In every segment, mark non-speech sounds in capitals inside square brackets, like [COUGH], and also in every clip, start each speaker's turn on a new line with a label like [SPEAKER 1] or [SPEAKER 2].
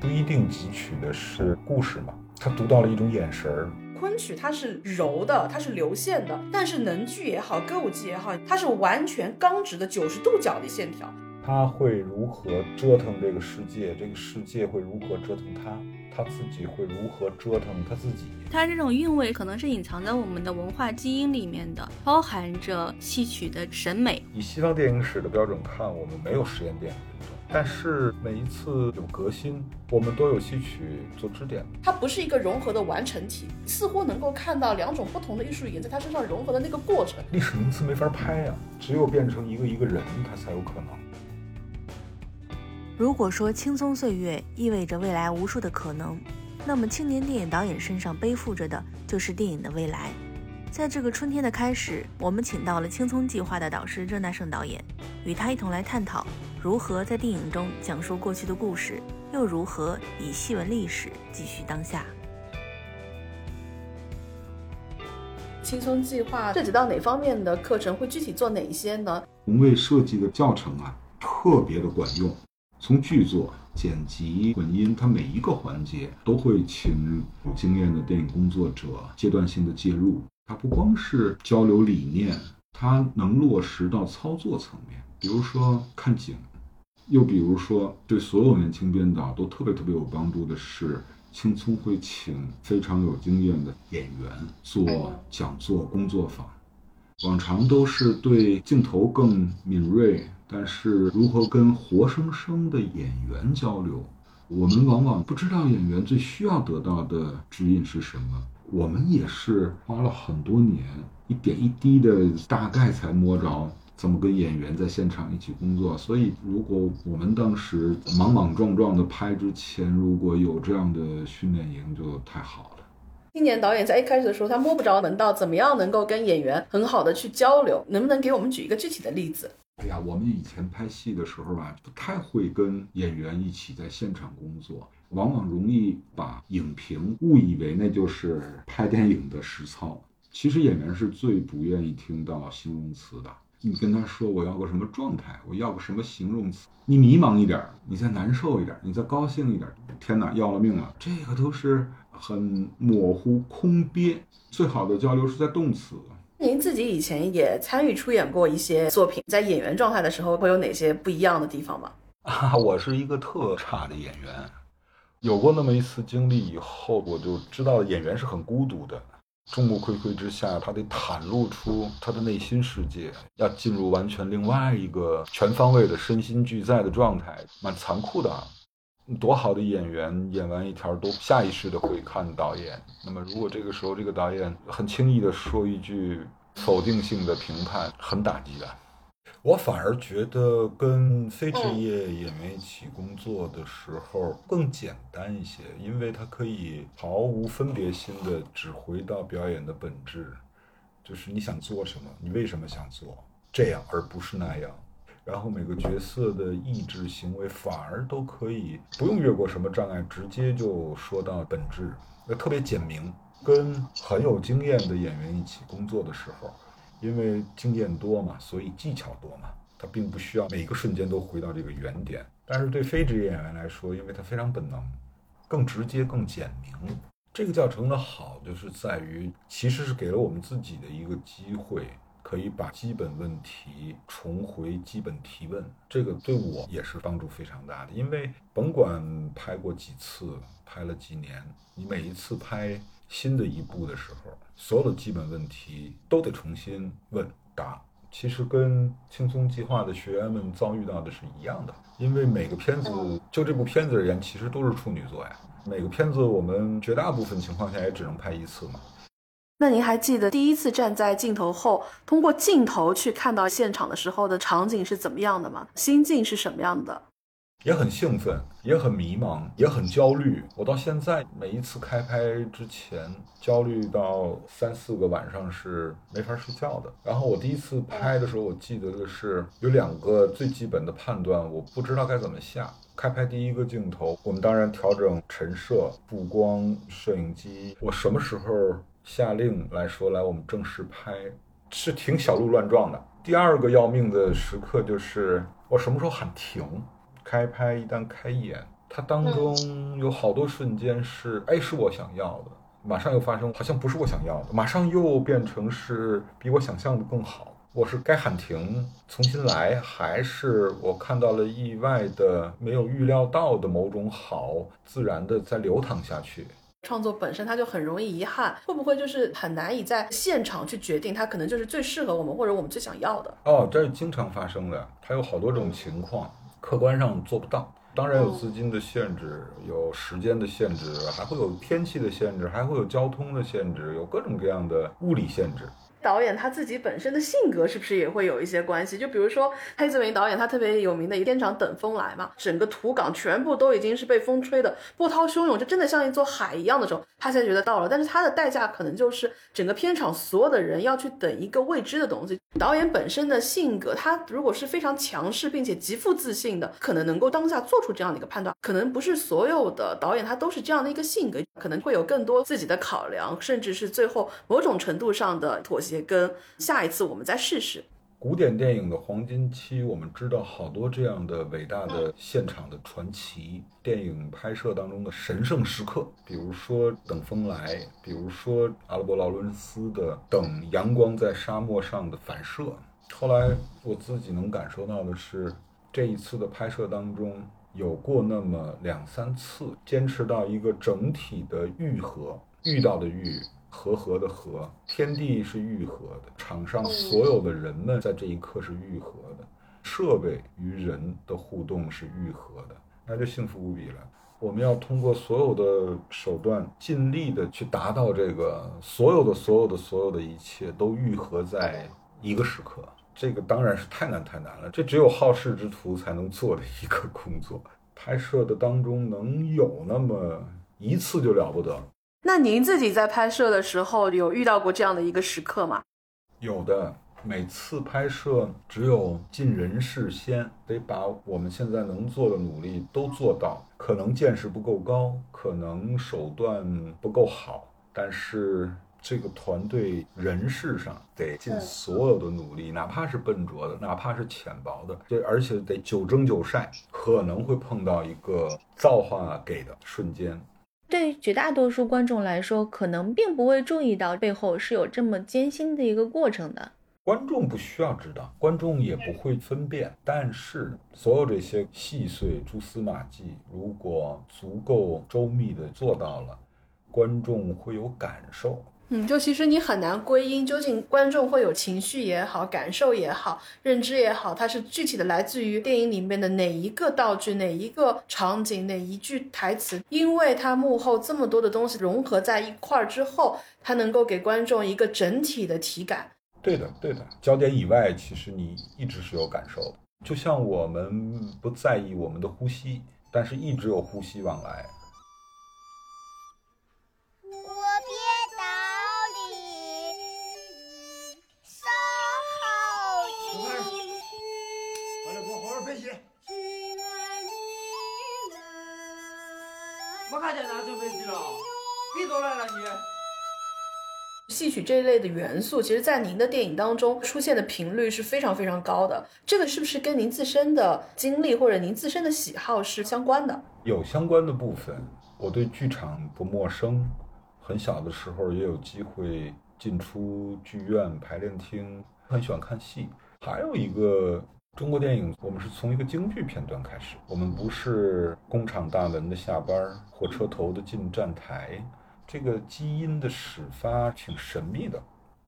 [SPEAKER 1] 不一定汲取的是故事嘛，他读到了一种眼神儿。
[SPEAKER 2] 昆曲它是柔的，它是流线的，但是能剧也好，歌舞伎也好，它是完全刚直的九十度角的线条。
[SPEAKER 1] 他会如何折腾这个世界？这个世界会如何折腾他？他自己会如何折腾他自己？
[SPEAKER 3] 它这种韵味可能是隐藏在我们的文化基因里面的，包含着戏曲的审美。
[SPEAKER 1] 以西方电影史的标准看，我们没有实验电影这种，但是每一次有革新，我们都有戏曲做支点。
[SPEAKER 2] 它不是一个融合的完成体，似乎能够看到两种不同的艺术语言在它身上融合的那个过程。
[SPEAKER 1] 历史名词没法拍呀、只有变成一个一个人，他才有可能。
[SPEAKER 4] 如果说青葱岁月意味着未来无数的可能，那么青年电影导演身上背负着的就是电影的未来。在这个春天的开始，我们请到了青葱计划的导师热那胜导演，与他一同来探讨如何在电影中讲述过去的故事，又如何以戏文历史继续当下。
[SPEAKER 2] 轻松计划涉及到哪方面的课程？会具体做哪一些呢？
[SPEAKER 5] 红卫设计的教程啊，特别的管用。从剧作、剪辑、混音，它每一个环节都会请有经验的电影工作者阶段性的介入。它不光是交流理念，它能落实到操作层面，比如说看景，又比如说对所有年轻编导都特别特别有帮助的是。青葱会请非常有经验的演员做讲座、工作坊，往常都是对镜头更敏锐，但是如何跟活生生的演员交流，我们往往不知道演员最需要得到的指引是什么。我们也是花了很多年，一点一滴的大概才摸着怎么跟演员在现场一起工作。所以，如果我们当时莽莽撞撞的拍之前，如果有这样的训练营，就太好了。
[SPEAKER 2] 青年导演在一开始的时候，他摸不着门道，怎么样能够跟演员很好的去交流？能不能给我们举一个具体的例子？
[SPEAKER 5] 哎呀，我们以前拍戏的时候啊，不太会跟演员一起在现场工作，往往容易把影评误以为那就是拍电影的实操。其实演员是最不愿意听到形容词的。你跟他说我要个什么状态，我要个什么形容词，你迷茫一点儿，你再难受一点儿，你再高兴一点儿，天哪，要了命了！这个都是很模糊、空憋。最好的交流是在动词。
[SPEAKER 2] 您自己以前也参与出演过一些作品，在演员状态的时候会有哪些不一样的地方吗？
[SPEAKER 1] 啊， [LAUGHS] 我是一个特差的演员。有过那么一次经历以后，我就知道演员是很孤独的。众目睽睽之下，他得袒露出他的内心世界，要进入完全另外一个全方位的身心俱在的状态，蛮残酷的啊。多好的演员演完一条都下意识的会看导演。那么如果这个时候这个导演很轻易的说一句否定性的评判，很打击的。我反而觉得跟非职业演员一起工作的时候更简单一些，因为他可以毫无分别心的只回到表演的本质，就是你想做什么，你为什么想做，这样而不是那样。然后每个角色的意志行为反而都可以不用越过什么障碍，直接就说到本质，呃，特别简明。跟很有经验的演员一起工作的时候，因为经验多嘛，所以技巧多嘛，他并不需要每个瞬间都回到这个原点。但是对非职业演员来说，因为他非常本能，更直接、更简明。这个教程的好就是在于，其实是给了我们自己的一个机会，可以把基本问题重回基本提问。这个对我也是帮助非常大的，因为甭管拍过几次，拍了几年，你每一次拍新的一部的时候，所有的基本问题都得重新问答。其实跟轻松计划的学员们遭遇到的是一样的，因为每个片子，就这部片子而言，其实都是处女作呀。每个片子我们绝大部分情况下也只能拍一次嘛。
[SPEAKER 2] 那您还记得第一次站在镜头后，通过镜头去看到现场的时候的场景是怎么样的吗？心境是什么样的？
[SPEAKER 1] 也很兴奋，也很迷茫，也很焦虑。我到现在每一次开拍之前，焦虑到三四个晚上是没法睡觉的。然后我第一次拍的时候，我记得的是有两个最基本的判断，我不知道该怎么下。开拍第一个镜头，我们当然调整陈设、布光、摄影机。我什么时候下令来说来我们正式拍，是挺小鹿乱撞的。第二个要命的时刻就是我什么时候喊停。开拍一旦开演，它当中有好多瞬间是，哎，是我想要的，马上又发生，好像不是我想要的，马上又变成是比我想象的更好。我是该喊停，重新来，还是我看到了意外的、没有预料到的某种好，自然的在流淌下去？
[SPEAKER 2] 创作本身它就很容易遗憾，会不会就是很难以在现场去决定它可能就是最适合我们或者我们最想要的？
[SPEAKER 1] 哦，这是经常发生的，它有好多种情况，客观上做不到。当然有资金的限制，有时间的限制，还会有天气的限制，还会有交通的限制，有各种各样的物理限制。
[SPEAKER 2] 导演他自己本身的性格是不是也会有一些关系？就比如说黑泽明导演，他特别有名的《一片场等风来》嘛，整个土港全部都已经是被风吹的波涛汹涌，就真的像一座海一样的时候，他才觉得到了。但是他的代价可能就是整个片场所有的人要去等一个未知的东西。导演本身的性格，他如果是非常强势并且极富自信的，可能能够当下做出这样的一个判断。可能不是所有的导演他都是这样的一个性格，可能会有更多自己的考量，甚至是最后某种程度上的妥协。也跟下一次我们再试试。
[SPEAKER 1] 古典电影的黄金期，我们知道好多这样的伟大的现场的传奇，电影拍摄当中的神圣时刻，比如说《等风来》，比如说阿拉伯劳伦斯的《等阳光在沙漠上的反射》。后来我自己能感受到的是，这一次的拍摄当中，有过那么两三次坚持到一个整体的愈合，遇到的愈。和合的和，天地是愈合的，场上所有的人们在这一刻是愈合的，设备与人的互动是愈合的，那就幸福无比了。我们要通过所有的手段，尽力的去达到这个所有的所有的所有的一切都愈合在一个时刻，这个当然是太难太难了，这只有好事之徒才能做的一个工作。拍摄的当中能有那么一次就了不得了。
[SPEAKER 2] 那您自己在拍摄的时候有遇到过这样的一个时刻吗？
[SPEAKER 1] 有的，每次拍摄只有尽人事先，得把我们现在能做的努力都做到。可能见识不够高，可能手段不够好，但是这个团队人事上得尽所有的努力，哪怕是笨拙的，哪怕是浅薄的，这而且得九蒸九晒，可能会碰到一个造化给的瞬间。
[SPEAKER 6] 对绝大多数观众来说，可能并不会注意到背后是有这么艰辛的一个过程的。
[SPEAKER 1] 观众不需要知道，观众也不会分辨。但是，所有这些细碎蛛丝马迹，如果足够周密的做到了，观众会有感受。
[SPEAKER 2] 嗯，就其实你很难归因，究竟观众会有情绪也好，感受也好，认知也好，它是具体的来自于电影里面的哪一个道具、哪一个场景、哪一句台词，因为它幕后这么多的东西融合在一块儿之后，它能够给观众一个整体的体感。
[SPEAKER 1] 对的，对的，焦点以外，其实你一直是有感受的。就像我们不在意我们的呼吸，但是一直有呼吸往来。
[SPEAKER 2] 戏曲这一类的元素，其实，在您的电影当中出现的频率是非常非常高的。这个是不是跟您自身的经历或者您自身的喜好是相关的？
[SPEAKER 1] 有相关的部分。我对剧场不陌生，很小的时候也有机会进出剧院、排练厅，很喜欢看戏。还有一个中国电影，我们是从一个京剧片段开始，我们不是工厂大门的下班，火车头的进站台。这个基因的始发挺神秘的，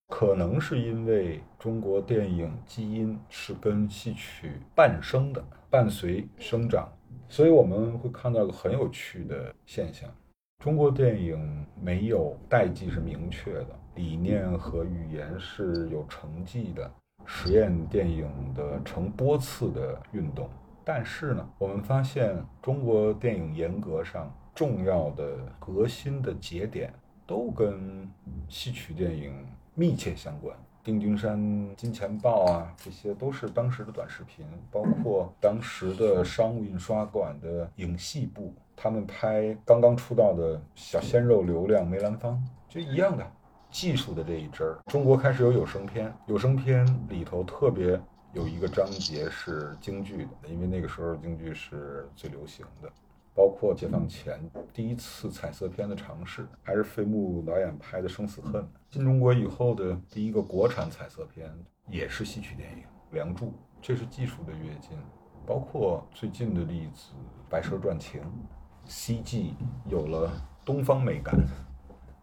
[SPEAKER 1] 可能是因为中国电影基因是跟戏曲伴生的，伴随生长，所以我们会看到个很有趣的现象：中国电影没有代际是明确的，理念和语言是有成绩的，实验电影的成波次的运动。但是呢，我们发现中国电影严格上。重要的核心的节点都跟戏曲电影密切相关，《定军山》《金钱豹》啊，这些都是当时的短视频，包括当时的商务印刷馆的影戏部，他们拍刚刚出道的小鲜肉流量梅兰芳，就一样的技术的这一支儿。中国开始有有声片，有声片里头特别有一个章节是京剧的，因为那个时候京剧是最流行的。包括解放前第一次彩色片的尝试，还是飞木导演拍的《生死恨》。新中国以后的第一个国产彩色片也是戏曲电影《梁祝》，这是技术的跃进。包括最近的例子，《白蛇传情》，希冀有了东方美感，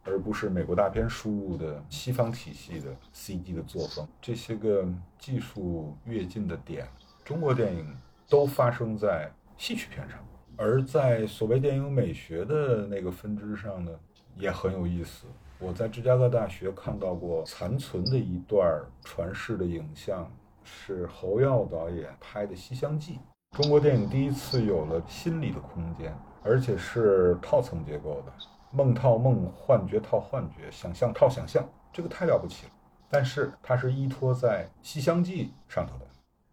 [SPEAKER 1] 而不是美国大片输入的西方体系的 CG 的作风。这些个技术跃进的点，中国电影都发生在戏曲片上，而在所谓电影美学的那个分支上呢，也很有意思。我在芝加哥大学看到过残存的一段传世的影像，是侯耀导演拍的《西厢记》。中国电影第一次有了心理的空间，而且是套层结构的，梦套梦，幻觉套幻觉，想象套想象，这个太了不起了。但是它是依托在《西厢记》上头的，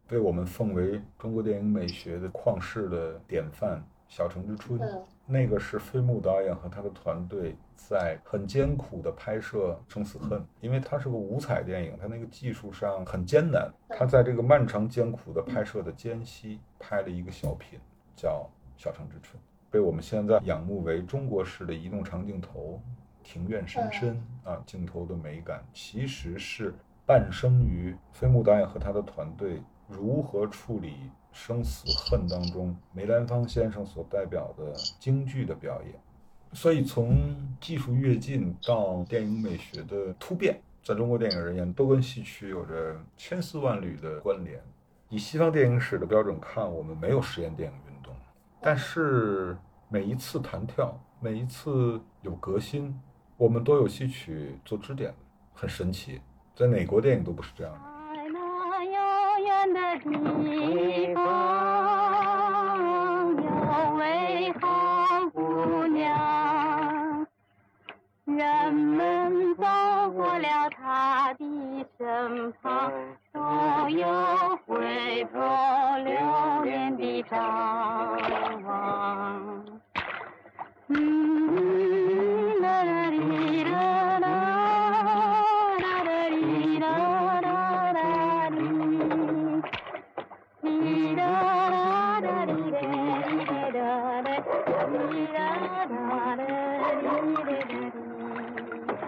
[SPEAKER 1] 被我们奉为中国电影美学的旷世的典范，《小城之春》那个是飞木导演和他的团队在很艰苦的拍摄《生死恨》，因为它是个五彩电影，它那个技术上很艰难。他在这个漫长艰苦的拍摄的间隙，拍了一个小品，叫《小城之春》，被我们现在仰慕为中国式的移动长镜头，庭院深深啊，镜头的美感其实是诞生于飞木导演和他的团队如何处理《生死恨》当中梅兰芳先生所代表的京剧的表演，所以从技术跃进到电影美学的突变，在中国电影而言，都跟戏曲有着千丝万缕的关联。以西方电影史的标准看，我们没有实验电影运动，但是每一次弹跳，每一次有革新，我们都有戏曲做支点，很神奇，在哪国电影都不是这样的。
[SPEAKER 7] 在那遥远的地方，有位好姑娘，人们走过了她的身旁，都有回头留恋的张望。嗯啦啦哩啦啦，啦啦哩啦啦啦哩，哩啦啦啦哩哩哩哩啦嘞，哩啦啦嘞哩哩哩哩。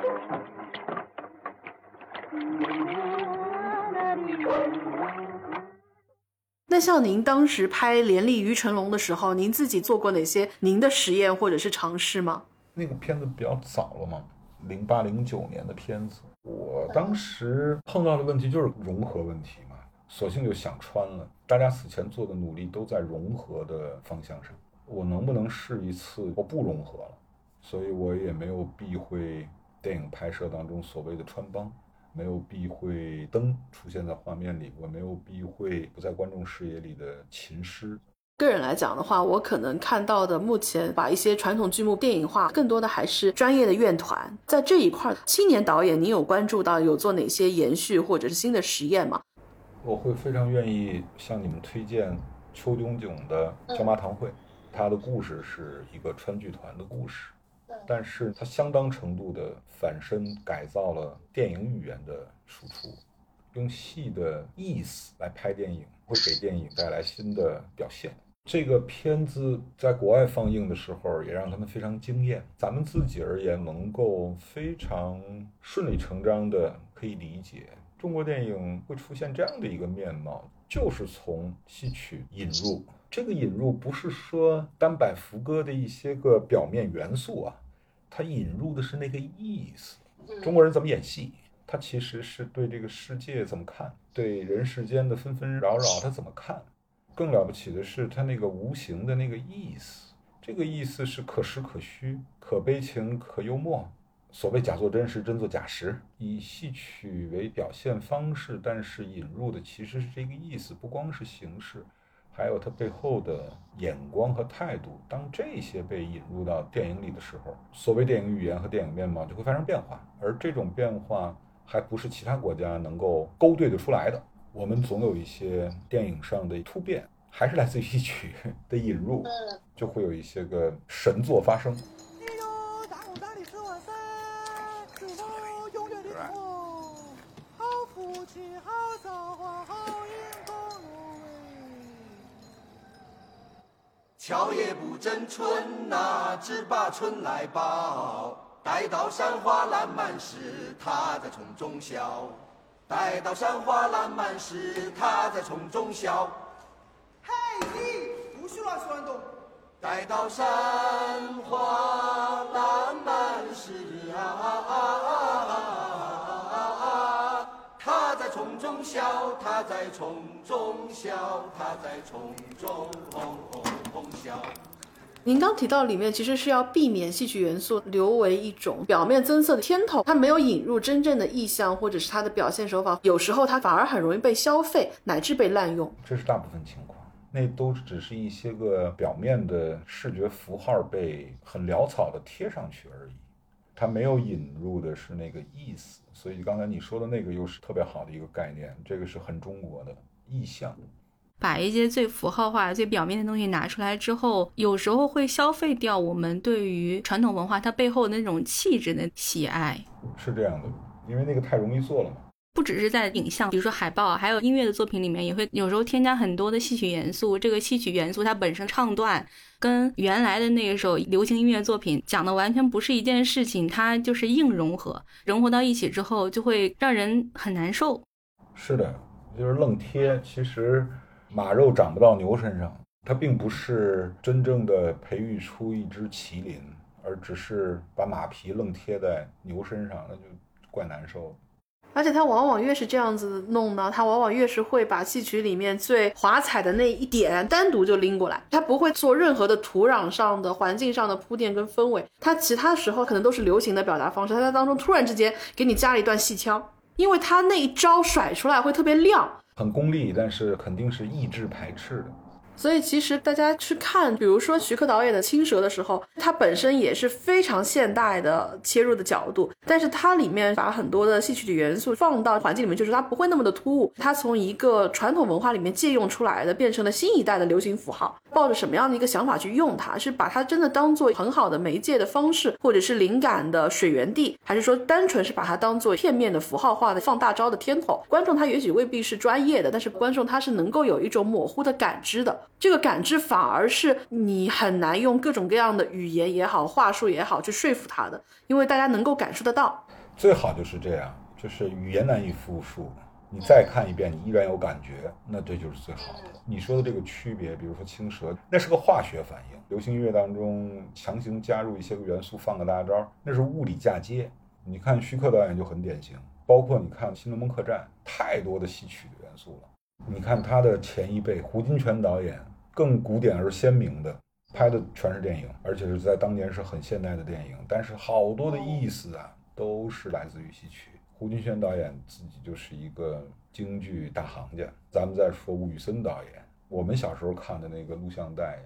[SPEAKER 2] 那像您当时拍《连丽于成龙》的时候，您自己做过哪些您的实验或者是尝试吗？
[SPEAKER 1] 那个片子比较早了嘛，零八零九年的片子。我当时碰到的问题就是融合问题嘛，索性就想穿了。大家此前做的努力都在融合的方向上，我能不能试一次我不融合了？所以我也没有避讳电影拍摄当中所谓的穿帮，没有避讳灯出现在画面里，我没有避讳不在观众视野里的琴师，
[SPEAKER 2] 个人来讲的话，我可能看到的目前把一些传统剧目电影化，更多的还是专业的院团。在这一块儿，青年导演，您有关注到有做哪些延续或者是新的实验吗？
[SPEAKER 1] 我会非常愿意向你们推荐邱炯炯的《椒麻堂会》，他的故事是一个川剧团的故事，但是它相当程度的反身改造了电影语言的输出，用戏的意思来拍电影，会给电影带来新的表现。这个片子在国外放映的时候，也让他们非常惊艳。咱们自己而言，能够非常顺理成章的可以理解，中国电影会出现这样的一个面貌，就是从戏曲引入。这个引入不是说单摆福歌的一些个表面元素啊，它引入的是那个意思。中国人怎么演戏，他其实是对这个世界怎么看，对人世间的纷纷扰扰他怎么看。更了不起的是它那个无形的那个意思，这个意思是可实可虚、可悲情、可幽默。所谓假作真实，真作假实，以戏曲为表现方式，但是引入的其实是这个意思，不光是形式，还有它背后的眼光和态度。当这些被引入到电影里的时候，所谓电影语言和电影面貌就会发生变化，而这种变化还不是其他国家能够勾兑得出来的。我们总有一些电影上的突变，还是来自于戏曲的引入，就会有一些个神作发生。
[SPEAKER 8] 哎呦，打鼓三里四碗三，主公永远的主，好福气，好造化，好运光荣哎。
[SPEAKER 9] 乔也不争春呐、只把春来报。待到山花烂漫时，它在丛中笑；待到山花烂漫时，它在丛中笑；
[SPEAKER 8] 嘿，你不许乱说乱动，
[SPEAKER 9] 待到山花烂漫时啊，它在丛中笑，它在丛中笑，它在丛中哄哄哄笑。
[SPEAKER 2] 您刚提到里面其实是要避免戏曲元素留为一种表面增色的添头，它没有引入真正的意象或者是它的表现手法，有时候它反而很容易被消费乃至被滥用。
[SPEAKER 1] 这是大部分情况。那都只是一些个表面的视觉符号被很潦草的贴上去而已，它没有引入的是那个意思。所以刚才你说的那个又是特别好的一个概念，这个是很中国的意象。
[SPEAKER 3] 把一些最符号化、最表面的东西拿出来之后，有时候会消费掉我们对于传统文化它背后的那种气质的喜爱。
[SPEAKER 1] 是这样的，因为那个太容易做了嘛。
[SPEAKER 3] 不只是在影像，比如说海报，啊还有音乐的作品里面，也会有时候添加很多的戏曲元素。这个戏曲元素它本身唱段跟原来的那个首流行音乐作品讲的完全不是一件事情，它就是硬融合，融合到一起之后就会让人很难受。
[SPEAKER 1] 是的，就是愣贴。其实马肉长不到牛身上，它并不是真正的培育出一只麒麟，而只是把马皮愣贴在牛身上，那就怪难受的。
[SPEAKER 2] 而且它往往越是这样子弄呢，它往往越是会把戏曲里面最华彩的那一点单独就拎过来，它不会做任何的土壤上的、环境上的铺垫跟氛围。它其他时候可能都是流行的表达方式，它在当中突然之间给你加了一段戏腔，因为它那一招甩出来会特别亮，
[SPEAKER 1] 很功利，但是肯定是意志排斥的。
[SPEAKER 2] 所以其实大家去看，比如说徐克导演的《青蛇》的时候，它本身也是非常现代的切入的角度，但是它里面把很多的戏曲的元素放到环境里面，就是它不会那么的突兀，它从一个传统文化里面借用出来的，变成了新一代的流行符号。抱着什么样的一个想法去用它？是把它真的当做很好的媒介的方式，或者是灵感的水源地，还是说单纯是把它当做片面的符号化的放大招的天头？观众他也许未必是专业的，但是观众他是能够有一种模糊的感知的。这个感知反而是你很难用各种各样的语言也好、话术也好去说服他的，因为大家能够感受得到。
[SPEAKER 1] 最好就是这样，就是语言难以复述，你再看一遍，你依然有感觉，那这就是最好的。你说的这个区别，比如说青蛇，那是个化学反应；流行音乐当中强行加入一些个元素，放个大招儿，那是物理嫁接。你看徐克导演就很典型，包括你看《新龙门客栈》，太多的戏曲的元素了。你看他的前一辈胡金铨导演，更古典而鲜明的拍的全是电影，而且是在当年是很现代的电影，但是好多的意思啊都是来自于戏曲。胡金铨导演自己就是一个京剧大行家。咱们再说吴宇森导演，我们小时候看的那个录像带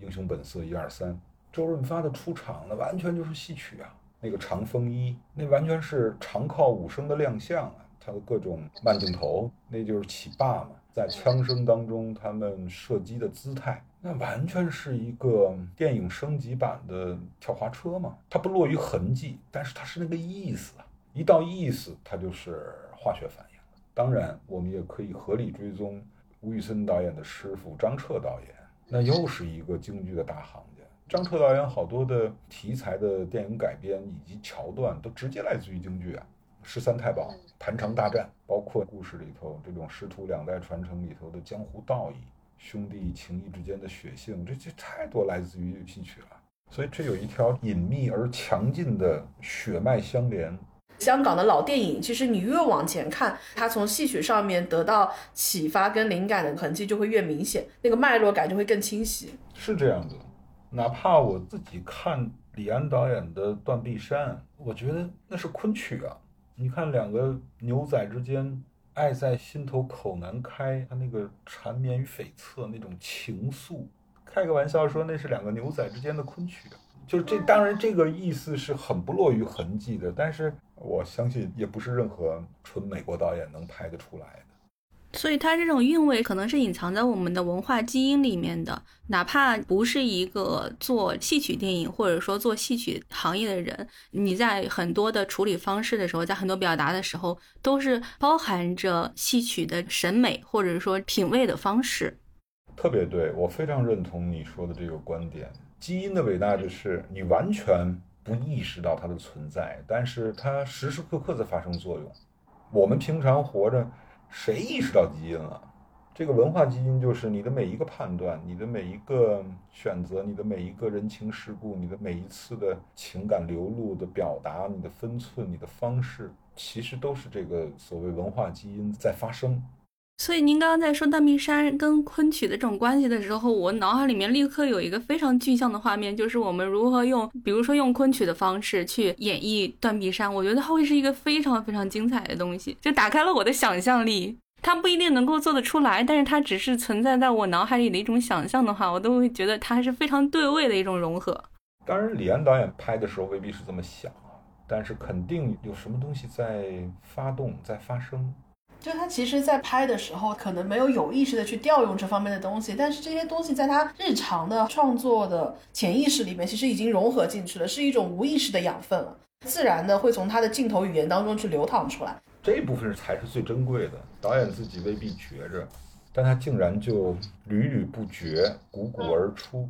[SPEAKER 1] 《英雄本色》一二三，周润发的出场那完全就是戏曲啊，那个长风衣那完全是长靠武生的亮相啊。他的各种慢镜头，那就是起霸嘛，在枪声当中，他们射击的姿态，那完全是一个电影升级版的跳滑车嘛，它不落于痕迹，但是它是那个意思啊，一到意思，它就是化学反应了。当然，我们也可以合理追踪吴宇森导演的师傅张彻导演，那又是一个京剧的大行家。张彻导演好多的题材的电影改编以及桥段，都直接来自于京剧啊。十三太保、坛城大战，包括故事里头这种师徒两代传承里头的江湖道义、兄弟情谊之间的血性，这这太多来自于戏曲了。所以这有一条隐秘而强劲的血脉相连。
[SPEAKER 2] 香港的老电影，其实你越往前看，它从戏曲上面得到启发跟灵感的痕迹就会越明显，那个脉络感就会更清晰。
[SPEAKER 1] 是这样子，哪怕我自己看李安导演的《断臂山》，我觉得那是昆曲啊。你看两个牛仔之间，爱在心头口难开，他那个缠绵与悱恻那种情愫，开个玩笑说那是两个牛仔之间的昆曲，啊就是这当然这个意思是很不落于痕迹的，但是我相信也不是任何纯美国导演能拍得出来的。
[SPEAKER 3] 所以它这种韵味可能是隐藏在我们的文化基因里面的，哪怕不是一个做戏曲电影或者说做戏曲行业的人，你在很多的处理方式的时候，在很多表达的时候，都是包含着戏曲的审美或者说品味的方式。
[SPEAKER 1] 特别对，我非常认同你说的这个观点。基因的伟大就是你完全不意识到它的存在，但是它时时刻刻在发生作用。我们平常活着，谁意识到基因了？这个文化基因就是你的每一个判断、你的每一个选择、你的每一个人情世故、你的每一次的情感流露的表达、你的分寸、你的方式，其实都是这个所谓文化基因在发生。
[SPEAKER 3] 所以您刚刚在说大密山跟昆曲的这种关系的时候，我脑海里面立刻有一个非常具象的画面，就是我们如何用，比如说用昆曲的方式去演绎断臂山，我觉得它会是一个非常非常精彩的东西，就打开了我的想象力。它不一定能够做得出来，但是它只是存在在我脑海里的一种想象的话，我都会觉得它是非常对位的一种融合。
[SPEAKER 1] 当然，李安导演拍的时候未必是这么想啊，但是肯定有什么东西在发动，在发生。
[SPEAKER 2] 就他其实，在拍的时候，可能没有有意识的去调用这方面的东西，但是这些东西在他日常的创作的潜意识里面，其实已经融合进去了，是一种无意识的养分了，自然的会从他的镜头语言当中去流淌出来。
[SPEAKER 1] 这部分才是最珍贵的。导演自己未必觉着，但他竟然就屡屡不绝，汩汩而出。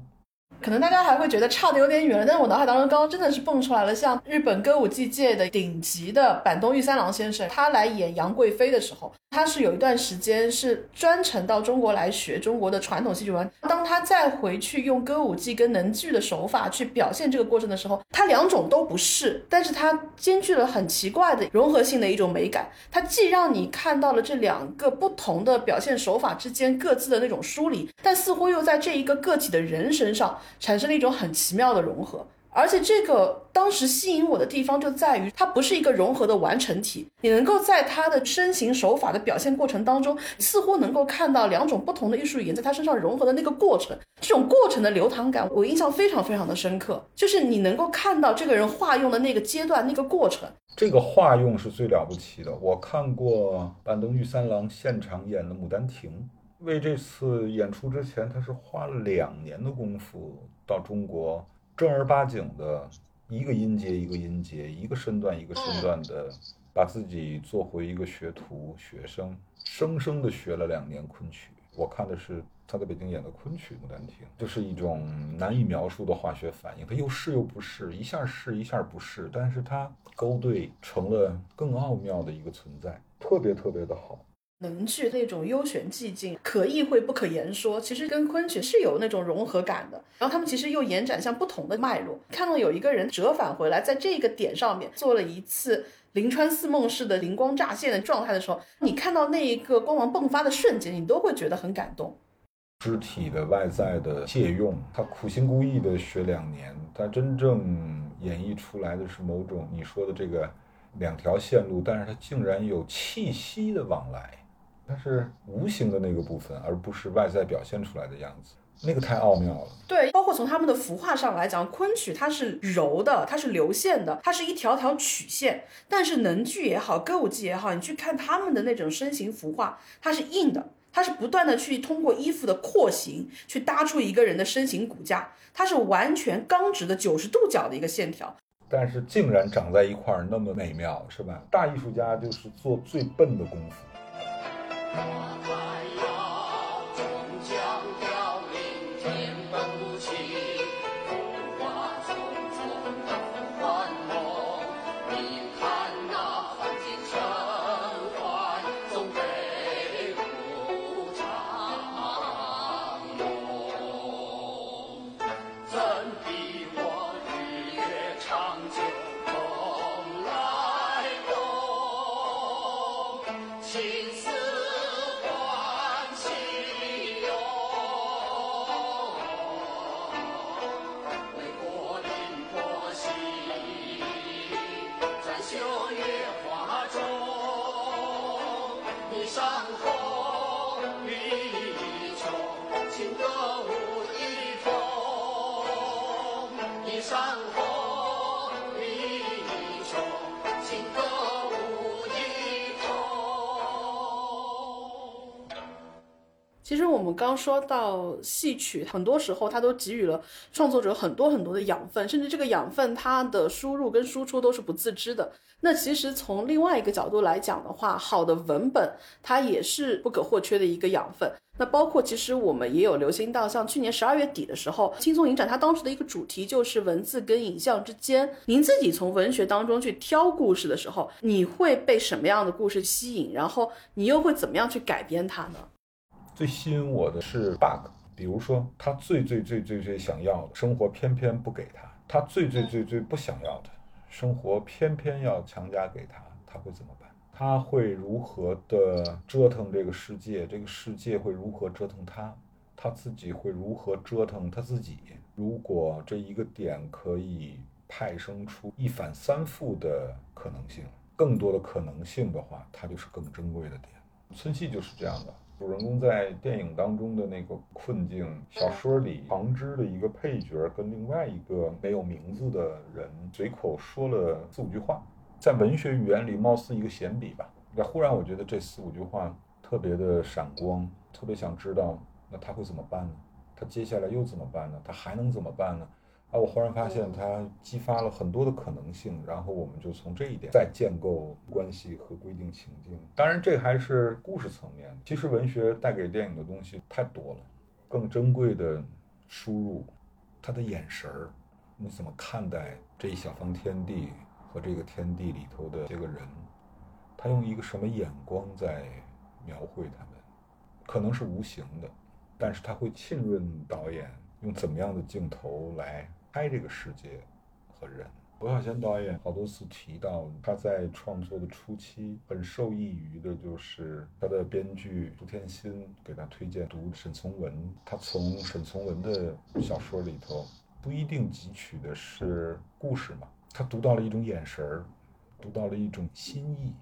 [SPEAKER 2] 可能大家还会觉得差的有点远，但是我脑海当中刚刚真的是蹦出来了，像日本歌舞伎界的顶级的板东玉三郎先生，他来演杨贵妃的时候，他是有一段时间是专程到中国来学中国的传统戏剧文化。当他再回去用歌舞伎跟能剧的手法去表现这个过程的时候，他两种都不是，但是他兼具了很奇怪的融合性的一种美感。它既让你看到了这两个不同的表现手法之间各自的那种疏离，但似乎又在这一个个体的人身上。产生了一种很奇妙的融合，而且这个当时吸引我的地方就在于，它不是一个融合的完成体，你能够在它的身形手法的表现过程当中，似乎能够看到两种不同的艺术语言在它身上融合的那个过程，这种过程的流淌感，我印象非常非常的深刻，就是你能够看到这个人化用的那个阶段那个过程。
[SPEAKER 1] 这个化用是最了不起的。我看过板东玉三郎现场演的《牡丹亭》。为这次演出之前，他是花了两年的功夫到中国正儿八经的一个音节一个音节、一个身段一个身段的，把自己做回一个学徒学生，生生的学了两年昆曲。我看的是他在北京演的昆曲《牡丹亭》，就是一种难以描述的化学反应，它又是又不是，一下是一下不是，但是它勾兑成了更奥妙的一个存在，特别特别的好。
[SPEAKER 2] 能剧那种幽玄寂静，可意会不可言说，其实跟昆曲是有那种融合感的。然后他们其实又延展向不同的脉络，看到有一个人折返回来，在这个点上面做了一次临川似梦似的灵光乍现的状态的时候，你看到那一个光芒迸发的瞬间，你都会觉得很感动。
[SPEAKER 1] 肢体的外在的借用，他苦心孤诣的学两年，他真正演绎出来的是某种你说的这个两条线路，但是他竟然有气息的往来。它是无形的那个部分，而不是外在表现出来的样子，那个太奥妙了。
[SPEAKER 2] 对，包括从他们的服化上来讲，昆曲它是柔的，它是流线的，它是一条条曲线；但是能剧也好，歌舞伎也好，你去看他们的那种身形服化，它是硬的，它是不断的去通过衣服的廓形去搭出一个人的身形骨架，它是完全刚直的九十度角的一个线条。
[SPEAKER 1] 但是竟然长在一块儿，那么美妙，是吧？大艺术家就是做最笨的功夫。我还要终将凋零，天本无情，浮华匆匆，等幻梦。你看那凡间尘寰，总悲无常浓。怎比我日月长久，梦来浓？情似。
[SPEAKER 2] 其实我们刚说到戏曲，很多时候它都给予了创作者很多很多的养分，甚至这个养分它的输入跟输出都是不自知的。那其实从另外一个角度来讲的话，好的文本它也是不可或缺的一个养分。那包括其实我们也有留心到，像去年十二月底的时候，轻松影展它当时的一个主题就是文字跟影像之间。您自己从文学当中去挑故事的时候，你会被什么样的故事吸引？然后你又会怎么样去改编它呢？
[SPEAKER 1] 最吸引我的是 bug，比如说他最最最最最想要的生活偏偏不给他，他最最最最不想要的生活偏偏要强加给他，他会怎么办？他会如何的折腾这个世界？这个世界会如何折腾他？他自己会如何折腾他自己？如果这一个点可以派生出一反三复的可能性，更多的可能性的话，它就是更珍贵的点。村戏就是这样的，主人公在电影当中的那个困境，小说里旁支的一个配角跟另外一个没有名字的人随口说了四五句话，在文学语言里貌似一个闲笔吧。那忽然我觉得这四五句话特别的闪光，特别想知道那他会怎么办呢？他接下来又怎么办呢？他还能怎么办呢？啊，我忽然发现它激发了很多的可能性，然后我们就从这一点再建构关系和规定情境。当然，这还是故事层面。其实文学带给电影的东西太多了，更珍贵的输入，他的眼神儿，你怎么看待这一小方天地和这个天地里头的这个人？他用一个什么眼光在描绘他们？可能是无形的，但是他会浸润导演用怎么样的镜头来拍这个世界和人。侯孝贤导演好多次提到，他在创作的初期很受益于的就是他的编剧朱天心给他推荐读沈从文，他从沈从文的小说里头不一定汲取的是故事嘛，他读到了一种眼神儿，读到了一种心意，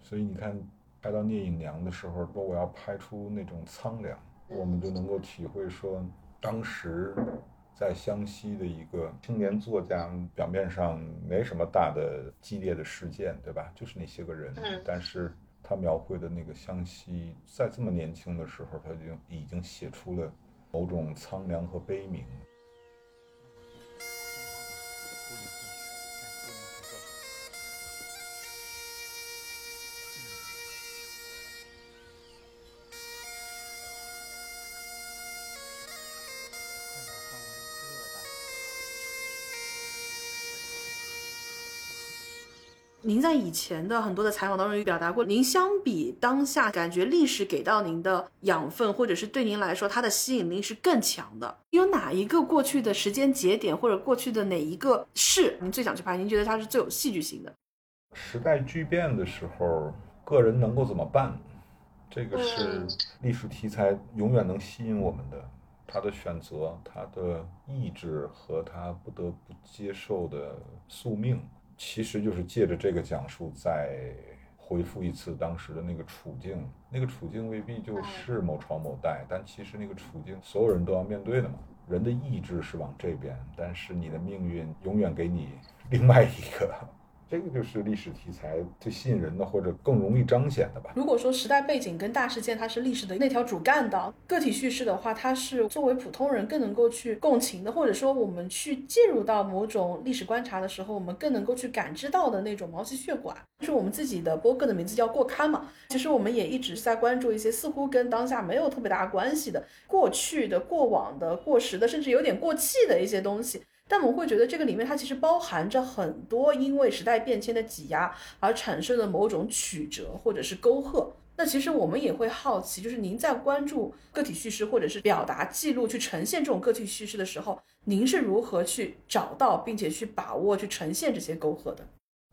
[SPEAKER 1] 所以你看，拍到《聂隐娘》的时候，如果我要拍出那种苍凉，我们就能够体会说，当时在湘西的一个青年作家，表面上没什么大的激烈的事件，对吧？就是那些个人，但是他描绘的那个湘西，在这么年轻的时候，他就已经写出了某种苍凉和悲悯。
[SPEAKER 2] 您在以前的很多的采访当中也表达过，您相比当下，感觉历史给到您的养分，或者是对您来说它的吸引力是更强的。有哪一个过去的时间节点，或者过去的哪一个事，您最想去拍？您觉得它是最有戏剧性的？
[SPEAKER 1] 时代巨变的时候，个人能够怎么办？这个是历史题材永远能吸引我们的，他的选择、他的意志和他不得不接受的宿命，其实就是借着这个讲述再回复一次当时的那个处境。那个处境未必就是某朝某代，但其实那个处境所有人都要面对的嘛。人的意志是往这边，但是你的命运永远给你另外一个。这个就是历史题材最吸引人的，或者更容易彰显的吧。
[SPEAKER 2] 如果说时代背景跟大事件它是历史的那条主干道，个体叙事的话，它是作为普通人更能够去共情的，或者说我们去进入到某种历史观察的时候，我们更能够去感知到的那种毛细血管。就是我们自己的播客的名字叫《过刊》嘛，其实我们也一直在关注一些似乎跟当下没有特别大关系的、过去的、过往的、过时的，甚至有点过气的一些东西。但我们会觉得这个里面它其实包含着很多因为时代变迁的挤压而产生的某种曲折或者是沟壑。那其实我们也会好奇，就是您在关注个体叙事或者是表达记录去呈现这种个体叙事的时候，您是如何去找到并且去把握去呈现这些沟壑的？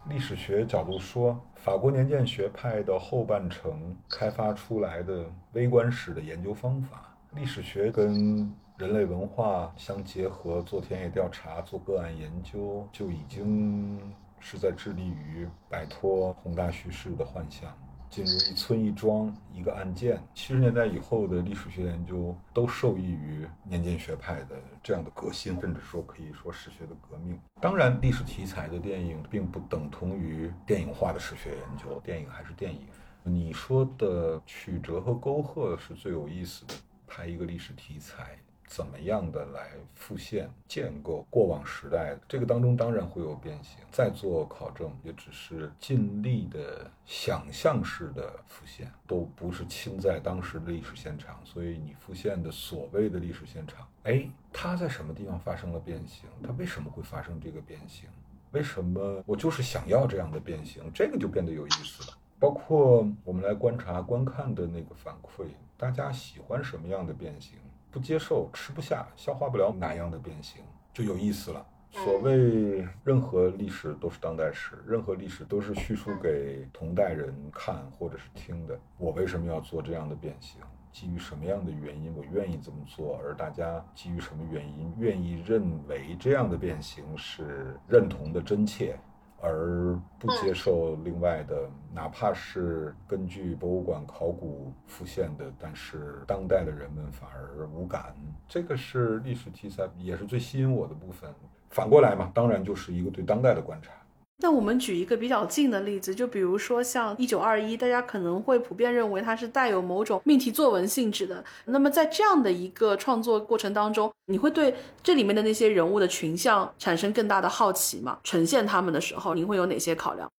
[SPEAKER 1] 历史学角度说，法国年鉴学派的后半程开发出来的微观史的研究方法，历史学跟人类文化相结合，做田野调查、做个案研究，就已经是在致力于摆脱宏大叙事的幻想，进入一村一庄一个案件。七十年代以后的历史学研究都受益于年鉴学派的这样的革新，甚至说可以说史学的革命。当然，历史题材的电影并不等同于电影化的史学研究，电影还是电影。你说的曲折和沟壑是最有意思的，拍一个历史题材。怎么样的来复现、建构过往时代？这个当中当然会有变形，再做考证也只是尽力的想象式的复现，都不是亲在当时的历史现场。所以你复现的所谓的历史现场，哎，它在什么地方发生了变形？它为什么会发生这个变形？为什么我就是想要这样的变形？这个就变得有意思了。包括我们来观察、观看的那个反馈，大家喜欢什么样的变形？不接受、吃不下、消化不了哪样的变形，就有意思了。所谓任何历史都是当代史，任何历史都是叙述给同代人看或者是听的。我为什么要做这样的变形？基于什么样的原因，我愿意这么做？而大家基于什么原因愿意认为这样的变形是认同的真切？而不接受另外的，哪怕是根据博物馆考古复现的，但是当代的人们反而无感。这个是历史题材，也是最吸引我的部分。反过来嘛，当然就是一个对当代的观察。
[SPEAKER 2] 那我们举一个比较近的例子，就比如说像一九二一，大家可能会普遍认为它是带有某种命题作文性质的。那么在这样的一个创作过程当中，你会对这里面的那些人物的群像产生更大的好奇吗？呈现他们的时候，你会有哪些考量？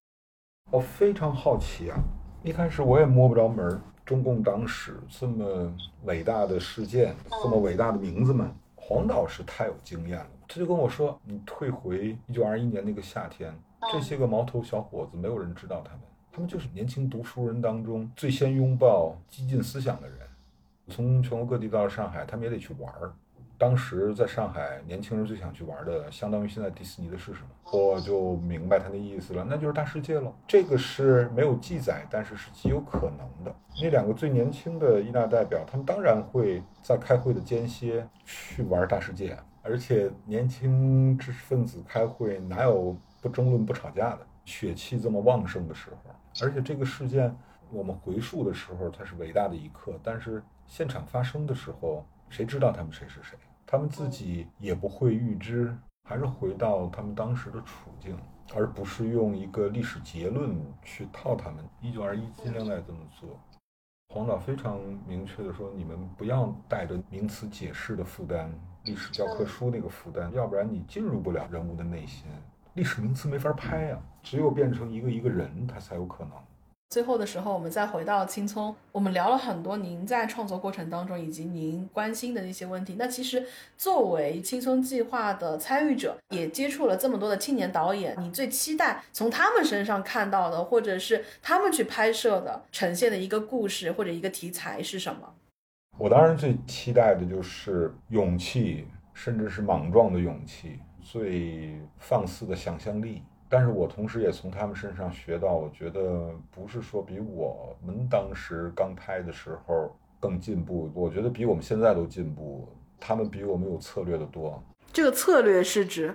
[SPEAKER 1] 我非常好奇啊！一开始我也摸不着门儿，中共党史这么伟大的事件，这么伟大的名字们，黄导是太有经验了。他就跟我说：“你退回一九二一年那个夏天，这些个毛头小伙子，没有人知道他们，他们就是年轻读书人当中最先拥抱激进思想的人。从全国各地到上海，他们也得去玩儿。当时在上海，年轻人最想去玩的，相当于现在迪士尼的是什么？我就明白他那意思了，那就是大世界了。这个是没有记载，但是是极有可能的。那两个最年轻的一大代表，他们当然会在开会的间歇去玩大世界，啊而且年轻知识分子开会哪有不争论不吵架的？血气这么旺盛的时候，而且这个事件我们回溯的时候，它是伟大的一刻，但是现场发生的时候。谁知道他们谁是谁？他们自己也不会预知，还是回到他们当时的处境，而不是用一个历史结论去套他们。一九二一尽量在这么做。黄导非常明确的说：“你们不要带着名词解释的负担，历史教科书那个负担，要不然你进入不了人物的内心。历史名词没法拍呀、啊，只有变成一个一个人，他才有可能。”
[SPEAKER 2] 最后的时候，我们再回到青葱，我们聊了很多您在创作过程当中以及您关心的一些问题。那其实作为青葱计划的参与者，也接触了这么多的青年导演，你最期待从他们身上看到的，或者是他们去拍摄的、呈现的一个故事或者一个题材是什么？
[SPEAKER 1] 我当然最期待的就是勇气，甚至是莽撞的勇气，最放肆的想象力。但是我同时也从他们身上学到，我觉得不是说比我们当时刚拍的时候更进步，我觉得比我们现在都进步，他们比我们有策略的多。
[SPEAKER 2] 这个策略是指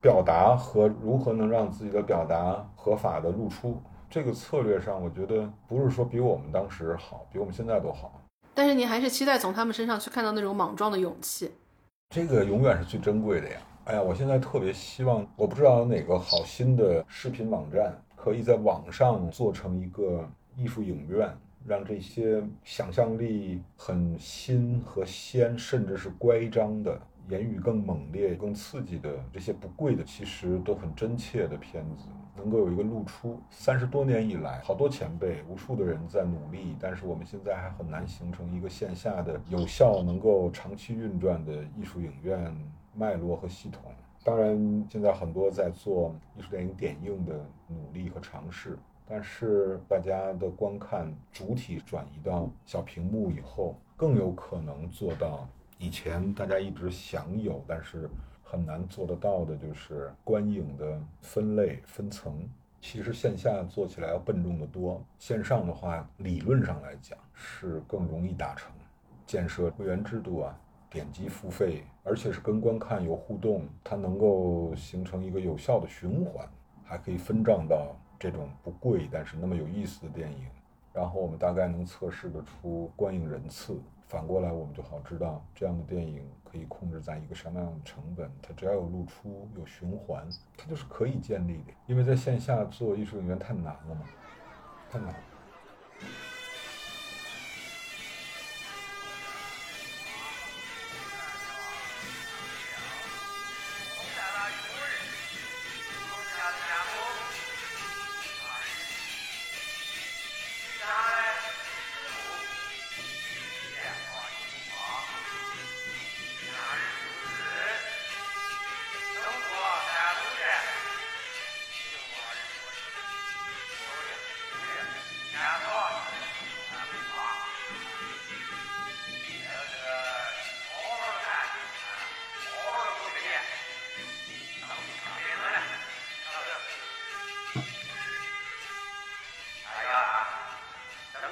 [SPEAKER 1] 表达和如何能让自己的表达合法的露出，这个策略上，我觉得不是说比我们当时好，比我们现在都好。
[SPEAKER 2] 但是你还是期待从他们身上去看到那种莽撞的勇气，
[SPEAKER 1] 这个永远是最珍贵的呀。哎呀，我现在特别希望，我不知道有哪个好新的视频网站可以在网上做成一个艺术影院，让这些想象力很新和鲜，甚至是乖张的、言语更猛烈、更刺激的这些不贵的，其实都很真切的片子，能够有一个露出。三十多年以来，好多前辈、无数的人在努力，但是我们现在还很难形成一个线下的有效、能够长期运转的艺术影院。脉络和系统，当然现在很多在做艺术电影点映的努力和尝试，但是大家的观看主体转移到小屏幕以后，更有可能做到以前大家一直想有但是很难做得到的，就是观影的分类分层。其实线下做起来要笨重得多，线上的话理论上来讲是更容易达成，建设会员制度啊。点击付费，而且是跟观看有互动，它能够形成一个有效的循环，还可以分账到这种不贵但是那么有意思的电影。然后我们大概能测试得出观影人次，反过来我们就好知道这样的电影可以控制在一个什么样的成本。它只要有露出、有循环，它就是可以建立的。因为在线下做艺术影院太难了嘛，太难了。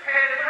[SPEAKER 10] 嘿嘿